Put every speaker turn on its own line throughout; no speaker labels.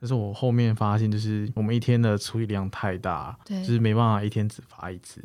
但是我后面发现，就是我们一天的处理量太大，
对
就是没办法一天只发一次。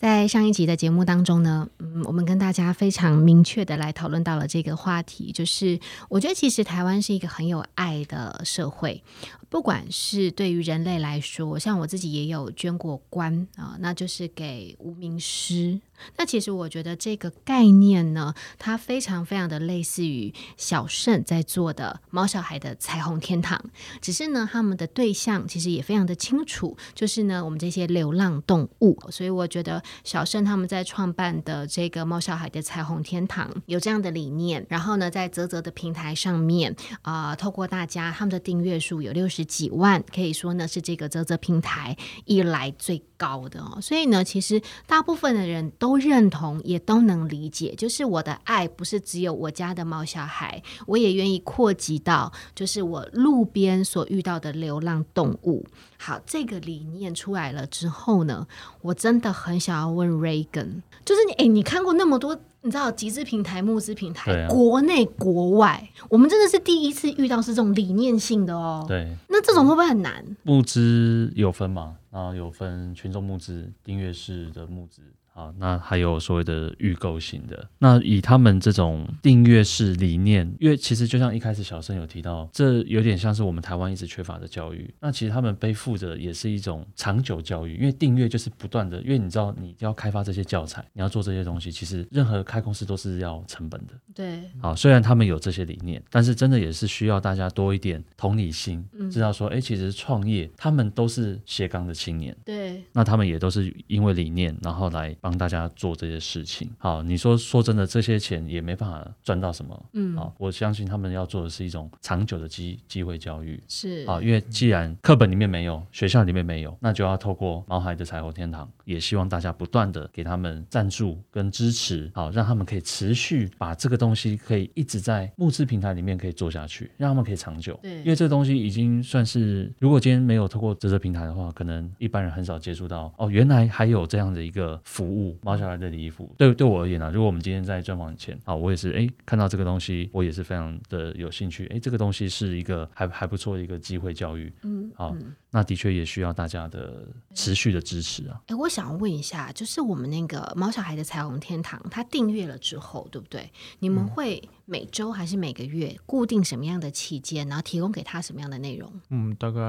在上一集的节目当中呢，嗯，我们跟大家非常明确的来讨论到了这个话题，就是我觉得其实台湾是一个很有爱的社会，不管是对于人类来说，像我自己也有捐过官啊、那就是给无名尸。那其实我觉得这个概念呢，它非常非常的类似于小盛在做的毛小孩的彩虹天堂，只是呢，他们的对象其实也非常的清楚，就是呢，我们这些流浪动物。所以我觉得小盛他们在创办的这个猫小孩的彩虹天堂有这样的理念，然后呢，在泽泽的平台上面啊、呃透过大家他们的订阅数有六十几万，可以说呢是这个泽泽平台以来最高的哦。所以呢，其实大部分的人都认同，也都能理解，就是我的爱不是只有我家的猫小孩，我也愿意扩及到就是我路边所遇到的流浪动物。好，这个理念出来了之后呢，我真的很想要问 Reagan，就是你，哎、你看过那么多，你知道集资平台、募资平台，
对啊
国内国外，我们真的是第一次遇到是这种理念性的哦。
对，嗯
那这种会不会很难？
募资有分嘛，然后有分群众募资、订阅式的募资。好，那还有所谓的预购型的，那以他们这种订阅式理念，因为其实就像一开始小盛有提到，这有点像是我们台湾一直缺乏的教育。那其实他们背负着也是一种长久教育，因为订阅就是不断的，因为你知道你要开发这些教材，你要做这些东西，其实任何开公司都是要成本的。
对，
好，虽然他们有这些理念，但是真的也是需要大家多一点同理心，
嗯
知道说，哎、其实创业他们都是斜杠的青年。
对，
那他们也都是因为理念，然后来帮大家做这些事情。好，你说说真的，这些钱也没办法赚到什么。
嗯，
好，我相信他们要做的是一种长久的机机会教育。
是，
好，啊因为既然课本里面没有，学校里面没有，那就要透过毛孩的彩虹天堂，也希望大家不断的给他们赞助跟支持，好，让他们可以持续把这个东西可以一直在募资平台里面可以做下去，让他们可以长久。
对
因为这个东西已经算是，如果今天没有透过这个平台的话，可能一般人很少接触到哦，原来还有这样的一个服务，毛小孩的礼仪服务。对对我而言啊，如果我们今天在专访前啊，我也是哎看到这个东西，我也是非常的有兴趣。哎，这个东西是一个还还不错的一个机会教育，
嗯，
好，那的确也需要大家的持续的支持啊。
哎，我想问一下，就是我们那个毛小孩的彩虹天堂，它订阅了之后，对不对？你们会每周还是每个月固定什么样的期间，然后提供给他什么样的内容？
嗯，大概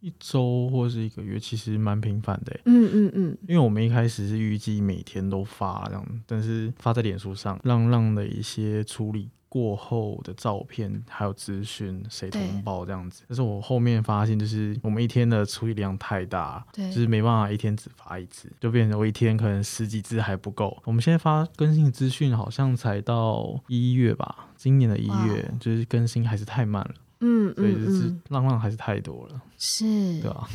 一周或是一个月，其实蛮频繁的欸。
嗯嗯嗯，
因为我们一开始是预计每天都发这样，但是发在脸书上，浪浪的一些处理过后的照片还有资讯，谁
对
通报这样子。但是我后面发现，就是我们一天的处理量太大，
对
就是没办法一天只发一次，就变成我一天可能十几只还不够。我们现在发更新的资讯好像才到一月吧，今年的一
哇
月
哦，
就是更新还是太慢了，
嗯
所以就
嗯
是
嗯，
浪浪还是太多了，
是
对。啊吧、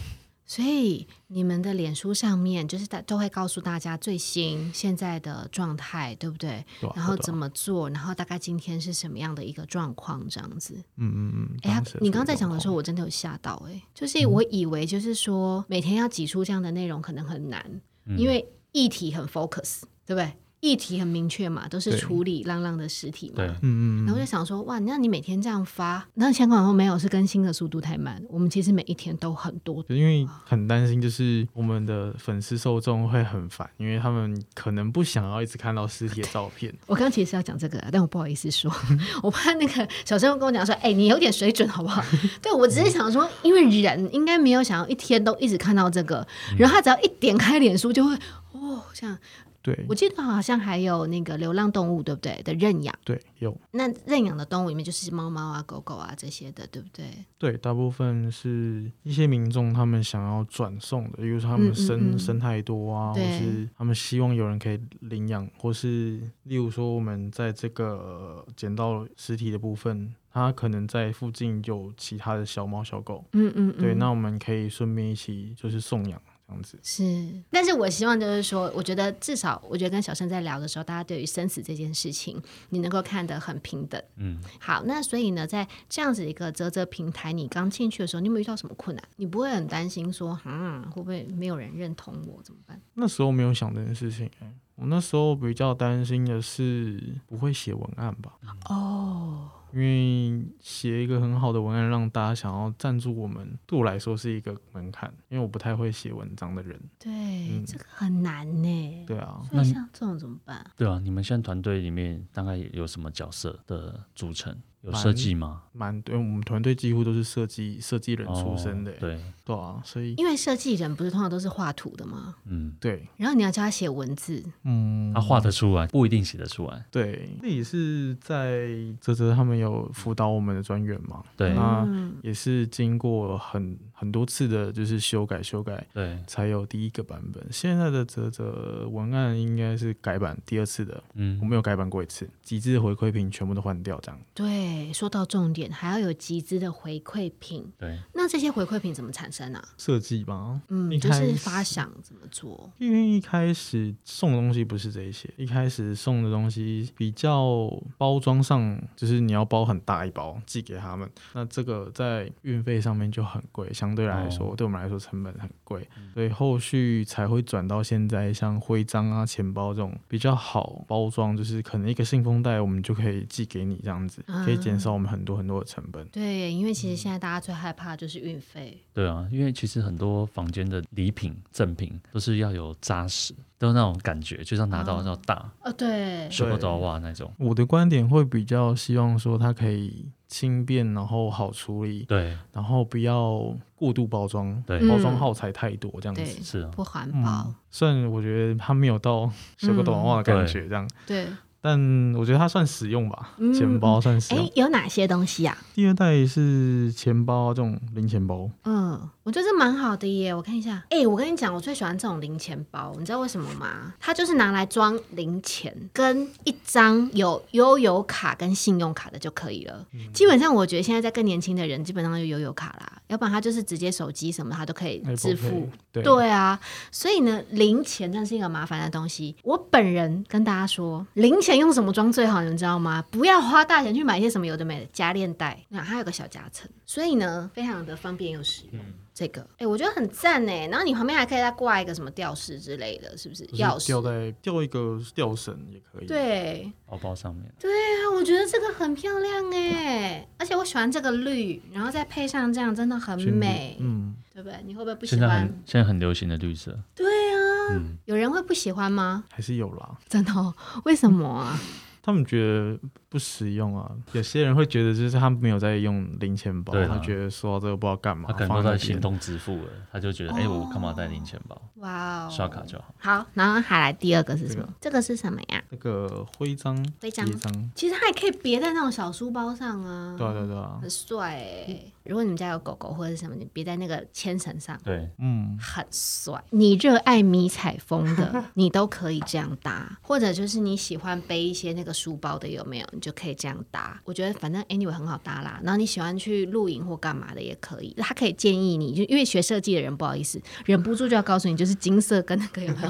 所以你们的脸书上面就是大都会告诉大家最新现在的状态，对不对？
对吧、
然后
对啊
怎？么做，然后大概今天是什么样的一个状况，这样子。
嗯嗯嗯。
哎、他
当时
你刚刚在
状
讲的
况
时候，我真的有吓到哎、就是
嗯
我以为就是说每天要挤出这样的内容可能很难，
嗯
因为议题很 focus，对不对？议题很明确嘛，都是
对
处理浪浪的尸体嘛
对。
嗯嗯嗯
然后我就想说，哇，那你每天这样发，那相关广告没有是更新的速度太慢。我们其实每一天都很多，
就因为很担心，就是我们的粉丝受众会很烦，因为他们可能不想要一直看到尸体的照片。
我刚刚其实要讲这个啊，但我不好意思说， 我怕那个小生跟我讲说，哎、你有点水准好不 好？对我只是想说，因为人应该没有想要一天都一直看到这个，然后他只要一点开脸书就会。哦，这样
对
我记得好像还有那个流浪动物，对不对？的认养，
对，有
那认养的动物里面就是猫猫啊、狗狗啊这些的，对不对？
对，大部分是一些民众他们想要转送的，比如说他
嗯嗯
们生、
嗯
生太多啊，或
对
是他们希望有人可以领养，或是例如说我们在这个呃捡到尸体的部分，它可能在附近有其他的小猫小狗，
嗯嗯嗯，
对，那我们可以顺便一起就是送养这样子。
是，但是我希望就是说，我觉得至少我觉得跟小生在聊的时候，大家对于生死这件事情，你能够看得很平等。
嗯，
好，那所以呢，在这样子一个泽泽平台，你刚进去的时候，你有没有遇到什么困难？你不会很担心说，啊，会不会没有人认同我怎么办？
那时候没有想这件事情、欸，我那时候比较担心的是不会写文案吧，
哦，
因为写一个很好的文案让大家想要赞助我们，对我来说是一个门槛，因为我不太会写文章的人。
对，
嗯
这个很难呢。
对啊，
所
嗯那
以
你
像这种怎么办？
对啊，你们现在团队里面大概有什么角色的组成？有
蛮
设计吗？
蛮对，我们团队几乎都是设计设计人出身的、
哦对，
对啊，所以
因为设计人不是通常都是画图的吗？
嗯，
对，
然后你要教他写文字，
嗯，
他画得出来，不一定写得出来。
对，那也是在泽泽他们有辅导我们的专员嘛，
对
那
嗯，
也是经过很很多次的，就是修改修改，
对，
才有第一个版本。现在的泽泽文案应该是改版第二次的，我
嗯，
没有改版过一次，极致回馈屏全部都换掉，这样
对，说到重点，还要有集资的回馈品。
对，
那这些回馈品怎么产生啊？
设计吧。
嗯，
一
就
开
是
始
发想怎么做？
因为一开始送的东西不是这一些，一开始送的东西比较包装上，就是你要包很大一包寄给他们，那这个在运费上面就很贵，相对来说、
哦
对我们来说成本很贵，所以后续才会转到现在像徽章啊、钱包这种比较好包装，就是可能一个信封袋我们就可以寄给你这样子，可以减少我们很多很多的成本。
对，因为其实现在大家最害怕的就是运费。
对啊，因为其实很多房间的礼品、赠品都是要有扎实，都有那种感觉，就是要拿到那种大
哦，对，
手都要哇那种。
我的观点会比较希望说它可以轻便，然后好处理，
对
然后不要过度包装，
对，
嗯
包装耗材太多这样
对
子。
是啊，
不环
嗯
保。，
虽然我觉得它没有到修个短袜的感觉这样，
对，
但我觉得它算实用吧，
嗯
钱包算实用。
哎，有哪些东西啊？
第二代是钱包这种零钱包，
嗯，我觉得这蛮好的耶。我看一下，哎，我跟你讲，我最喜欢这种零钱包，你知道为什么吗？它就是拿来装零钱，跟一张有悠游卡跟信用卡的就可以了。
嗯
基本上，我觉得现在在更年轻的人，基本上就悠游卡啦，要不然他就是直接手机什么他都可以
Apple
支付
Pay，。对
对啊，所以呢，零钱真的是一个麻烦的东西。我本人跟大家说，零钱用什么装最好，你们知道吗？不要花大钱去买一些什么有的没的夹链袋，那它有个小夹层，所以呢，非常的方便又实用。这个，哎、我觉得很赞哎。然后你旁边还可以再挂一个什么吊饰之类的，是不是？
就是
钥
吊
匙。
在吊一个吊绳也可以。，
对，
包包上面。
对啊，我觉得这个很漂亮哎，而且我喜欢这个绿，然后再配上这样，真的很美，
嗯，
对不对？你会不会不喜
现在很
欢？
现在很流行的绿色，
对啊，
嗯，
有人会不喜欢吗？
还是有啦。
真的、哦？为什么啊？
他们觉得不实用啊，有些人会觉得就是他们没有在用零钱包，
对啦
他觉得说到这个不知道干嘛，
他可能
放
都
那
在
边
行动支付了，他就觉得，哎、我干嘛带零钱包？
哇哦，
刷卡就好。
好，然后还来第二个是什么？这个是什么呀？
那个徽章，
徽章
别章
其实它也可以别在那种小书包上啊，
对啊对啊对啊，
很帅哎、如果你们家有狗狗或者是什么，你别在那个牵绳上。
对，
嗯，
很帅，你热爱迷彩风的，你都可以这样搭，或者就是你喜欢背一些那个书包的，有没有？你就可以这样搭。我觉得反正 anyway 很好搭啦。然后你喜欢去露营或干嘛的也可以，他可以建议你，就因为学设计的人不好意思，忍不住就要告诉你，就是金色跟那个有没 有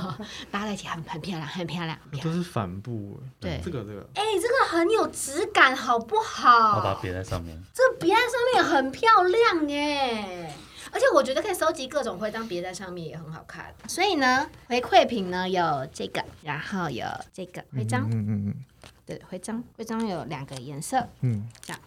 搭在一起很很漂亮，很漂亮，很漂
都
亮。
是反布欸，
对
这个这个
哎、这个很有质感，好不
他
好？
把它别在上面。
这别在上面很漂亮耶，而且我觉得可以收集各种徽章，别在上面也很好看。所以呢，回馈品呢有这个，然后有这个徽章，
嗯嗯嗯
对，徽章，徽章有两个颜色，
嗯，
这样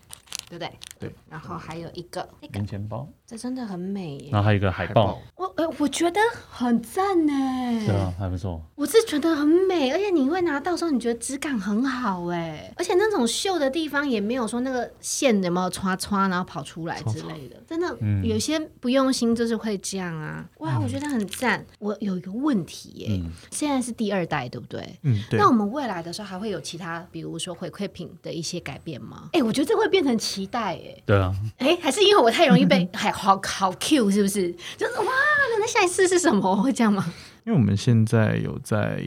对不对？
对。
然后还有一个，这个
零钱包，
这真的很美耶，
然后还有一个海报，
我呃我觉得很赞
对
呢。
啊，还不错。
我是觉得很美，而且你会拿到的时候，你觉得质感很好哎，而且那种绣的地方也没有说那个线有没有刷刷，然后跑出来之类的，真的、
嗯
有些不用心就是会这样啊。哇，我觉得很赞。我有一个问题耶，
嗯，
现在是第二代对不对？
嗯，对
那，我们未来的时候还会有其他，比如说回馈品的一些改变吗？哎、我觉得这会变成期待哎。
对啊，
哎，还是因为我太容易 被还好好 Q 是不是？就是哇，那下一次是什么？会这样吗？
因为我们现在有在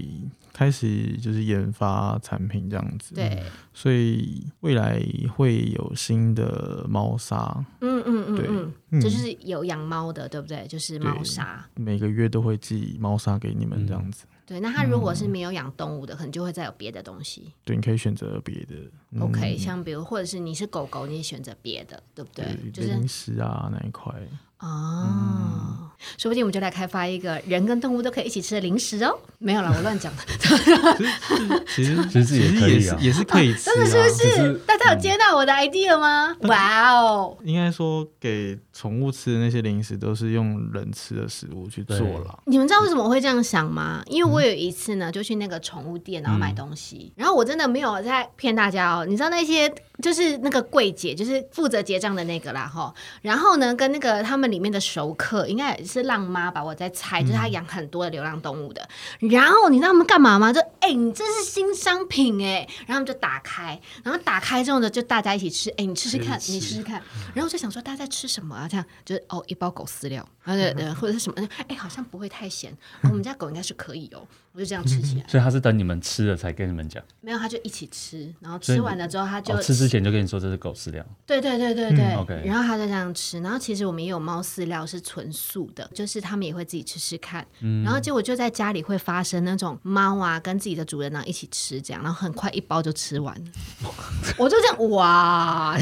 开始就是研发产品这样子，，
对，
所以未来会有新的猫砂，
嗯嗯嗯
对
嗯嗯，
嗯
这就是有养猫的，对不对？就是猫
对
砂。
每个月都会寄猫砂给你们这样子。
对，那它如果是没有养动物的，可能就会再有别的东西。
对，你可以选择别的。嗯
OK，像比如或者是你是狗狗，你选择别的，对不对？就是
零食啊那一块，嗯
哦，说不定我们就来开发一个人跟动物都可以一起吃的零食哦。没有啦，我 乱讲的，
啊其实其实
其实也可以啊
也是也是可以嗯吃、啊，
真的是不是
是？
大家有接到我的 idea 吗？哇哦，
应该说，给宠物吃的那些零食都是用人吃的食物去做啦。
你们知道为什么我会这样想吗？因为我有一次呢，就去那个宠物店，然后买东西，然后我真的没有在骗大家哦。你知道那些就是那个柜姐，就是负责结账的那个啦哈。然后呢，跟那个他们里面的熟客，应该也是浪妈吧，我在猜，就是她养很多的流浪动物的。然后你知道他们干嘛吗？就哎、你这是新商品哎、然后他们就打开，然后打开之后呢，就大家一起吃，哎、你吃吃看，
吃
你吃吃看。然后我就想说，大家在吃什么啊？这样就是哦，一包狗饲料，然后就
嗯
呃或者是什么，哎、好像不会太咸、哦我们家狗应该是可以哦，我就这样吃起 来。
所以他是等你们吃了才跟你们讲，
没有，他就一起吃，然后
所以
吃
你
完了之后，他就、
哦，吃之前就跟你说这是狗饲料，
对对对对对，
OK
然后他就这样吃，然后其实我们也有猫饲料是纯素的，就是他们也会自己吃吃看，然后结果就在家里会发生那种猫啊跟自己的主人啊一起吃这样，然后很快一包就吃完了，我就这样哇，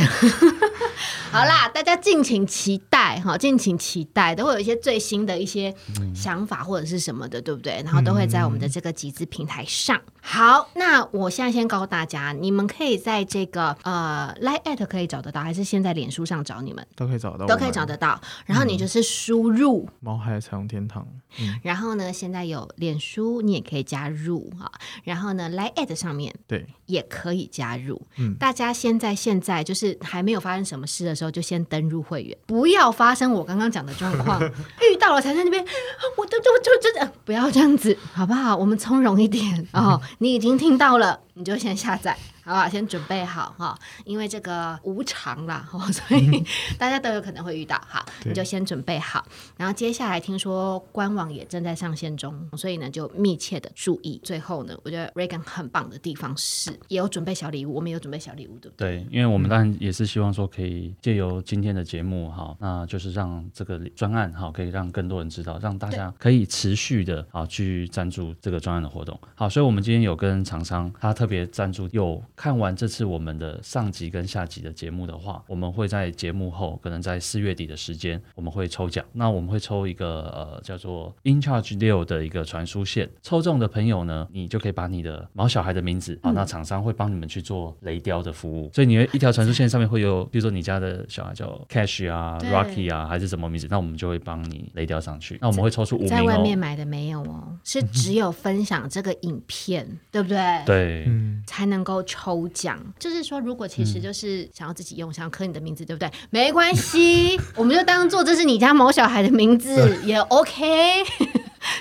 好啦，大家敬请期待哈，敬请期待，都会有一些最新的一些想法或者是什么的，对不对？然后都会在我们的这个集资平台上。好，那我现在先告诉大家，你们可以在这个呃 Line at 可以找得到，还是先在脸书上找你们
都可以找到，
都可以找得。到。然后你就是输入，
猫海彩虹天堂，嗯，
然后呢，现在有脸书，你也可以加入哈。然后呢，Line at 上面
对，
也可以加入。
嗯
大家先在现在就是还没有发生什么事的时候，就先登入会员，不要发生我刚刚讲的状况，遇到了才在那边，我都我就真的不要这样子，好不好？我们从容一点哦。你已经听到了，你就先下载。好不好？先准备好哈，因为这个无常啦，哦，所以大家都有可能会遇到。好，
对
你就先准备好。然后接下来听说官网也正在上线中，所以呢就密切的注意。最后呢，我觉得 Reagan 很棒的地方是也有准备小礼物，我们也有准备小礼物，对不对？
对，因为我们当然也是希望说可以借由今天的节目哈，那就是让这个专案哈，可以让更多人知道，让大家可以持续的啊去赞助这个专案的活动。好，所以我们今天有跟厂商他特别赞助，有看完这次我们的上集跟下集的节目的话，我们会在节目后，可能在四月底的时间，我们会抽奖。那我们会抽一个呃叫做 In Charge 六的一个传输线，抽中的朋友呢，你就可以把你的毛小孩的名字啊，
嗯
那厂商会帮你们去做雷雕的服务，所以你会一条传输线上面会有，比如说你家的小孩叫 Cash 啊、
对
Rocky 啊，还是什么名字，那我们就会帮你雷雕上去。那我们会抽出五名
在外面
哦，
买的没有哦，是只有分享这个影片，对不对？
对。
嗯，
才能够抽奖，就是说，如果其实就是想要自己用，想要刻你的名字，对不对？
嗯
没关系，我们就当做这是你家某小孩的名 字，也 OK，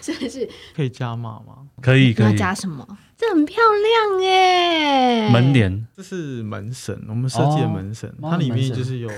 是 不是？
可以加码吗？
可以可
要
以，
加什么？这很漂亮哎、
门帘
这是门神，我们设计的门神，
哦
它里
猫的
面
门神
就是有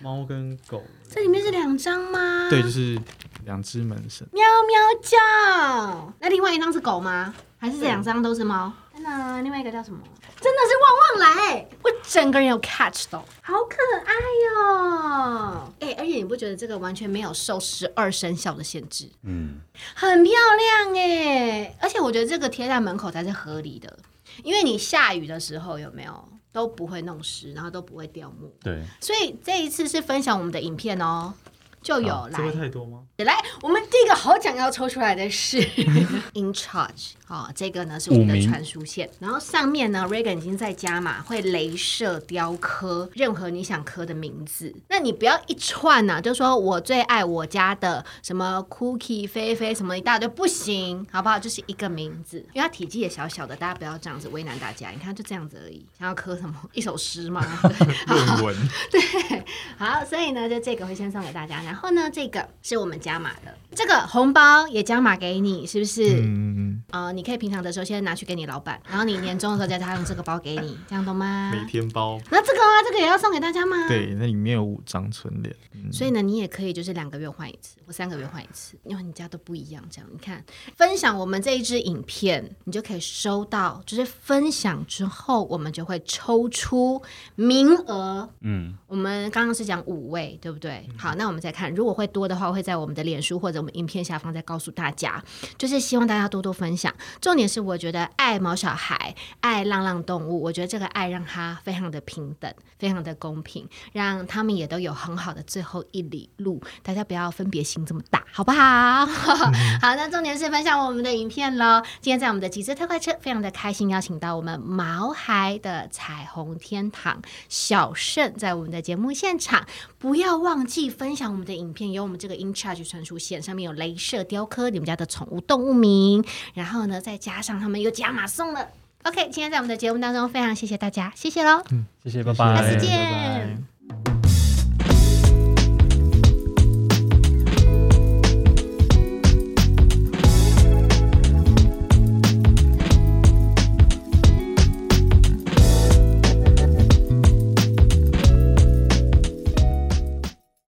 猫跟狗，
这里面是两张吗？
对，就是两只门神。
喵喵叫。那另外一张是狗吗？还是这两张都是猫？那另外一个叫什么？真的是旺旺来，我整个人有 catch 到，好可爱哟、哎、而且你不觉得这个完全没有受十二生肖的限制，
嗯，
很漂亮哎！而且我觉得这个贴在门口才是合理的，因为你下雨的时候有没有都不会弄湿，然后都不会掉木。
对，
所以这一次是分享我们的影片哦，就有
这
来
会太多 吗？
来，我们第一个好奖要抽出来的是 In Charge，哦，这个呢是我
嗯五
们的
名
传输线，然后上面呢 Reagan 已经在加码，会镭射雕刻任何你想刻的名字，那你不要一串呐、就说我最爱我家的什么 Cookie 菲菲什么一大堆，不行，好不好？就是一个名字，因为它体积也小小的，大家不要这样子为难大家，你看就这样子而已，想要刻什么一首诗 吗？
论文，
好，所以呢，就这个会先送给大家。然后呢，这个是我们加码的，这个红包也加码给你，是不是？
嗯，嗯嗯，
呃，你可以平常的时候先拿去给你老板，然后你年终的时候再他用这个包给你，这样懂吗？
每天包。
那这个啊，这个也要送给大家吗？。
对，那里面有五张春联，嗯
所以呢，你也可以就是两个月换一次，或三个月换一次，因为你家都不一样。这样你看，分享我们这一支影片，你就可以收到，就是分享之后，我们就会抽出名额。
嗯，
我们刚刚是讲五位，对不对？好，那我们再看，如果会多的话，我会在我们的脸书或者我们影片下方再告诉大家。就是希望大家多多分享。重点是，我觉得爱毛小孩，爱浪浪动物，我觉得这个爱让他非常的平等，非常的公平，让他们也都有很好的最后一里路。大家不要分别心这么大，好不好？好，那重点是分享我们的影片喽。今天在我们的极致特快车，非常的开心，邀请到我们毛孩的彩虹天堂小盛在我们的节目现场。不要忘记分享我们的影片，有我们这个 In Charge 传输线，上面有镭射雕刻你们家的宠物动物名，然后呢，再加上他们又加码送了。OK，今天在我们的节目当中，非常谢谢大家，谢谢喽，
谢谢，
谢
拜拜，
下次见
拜拜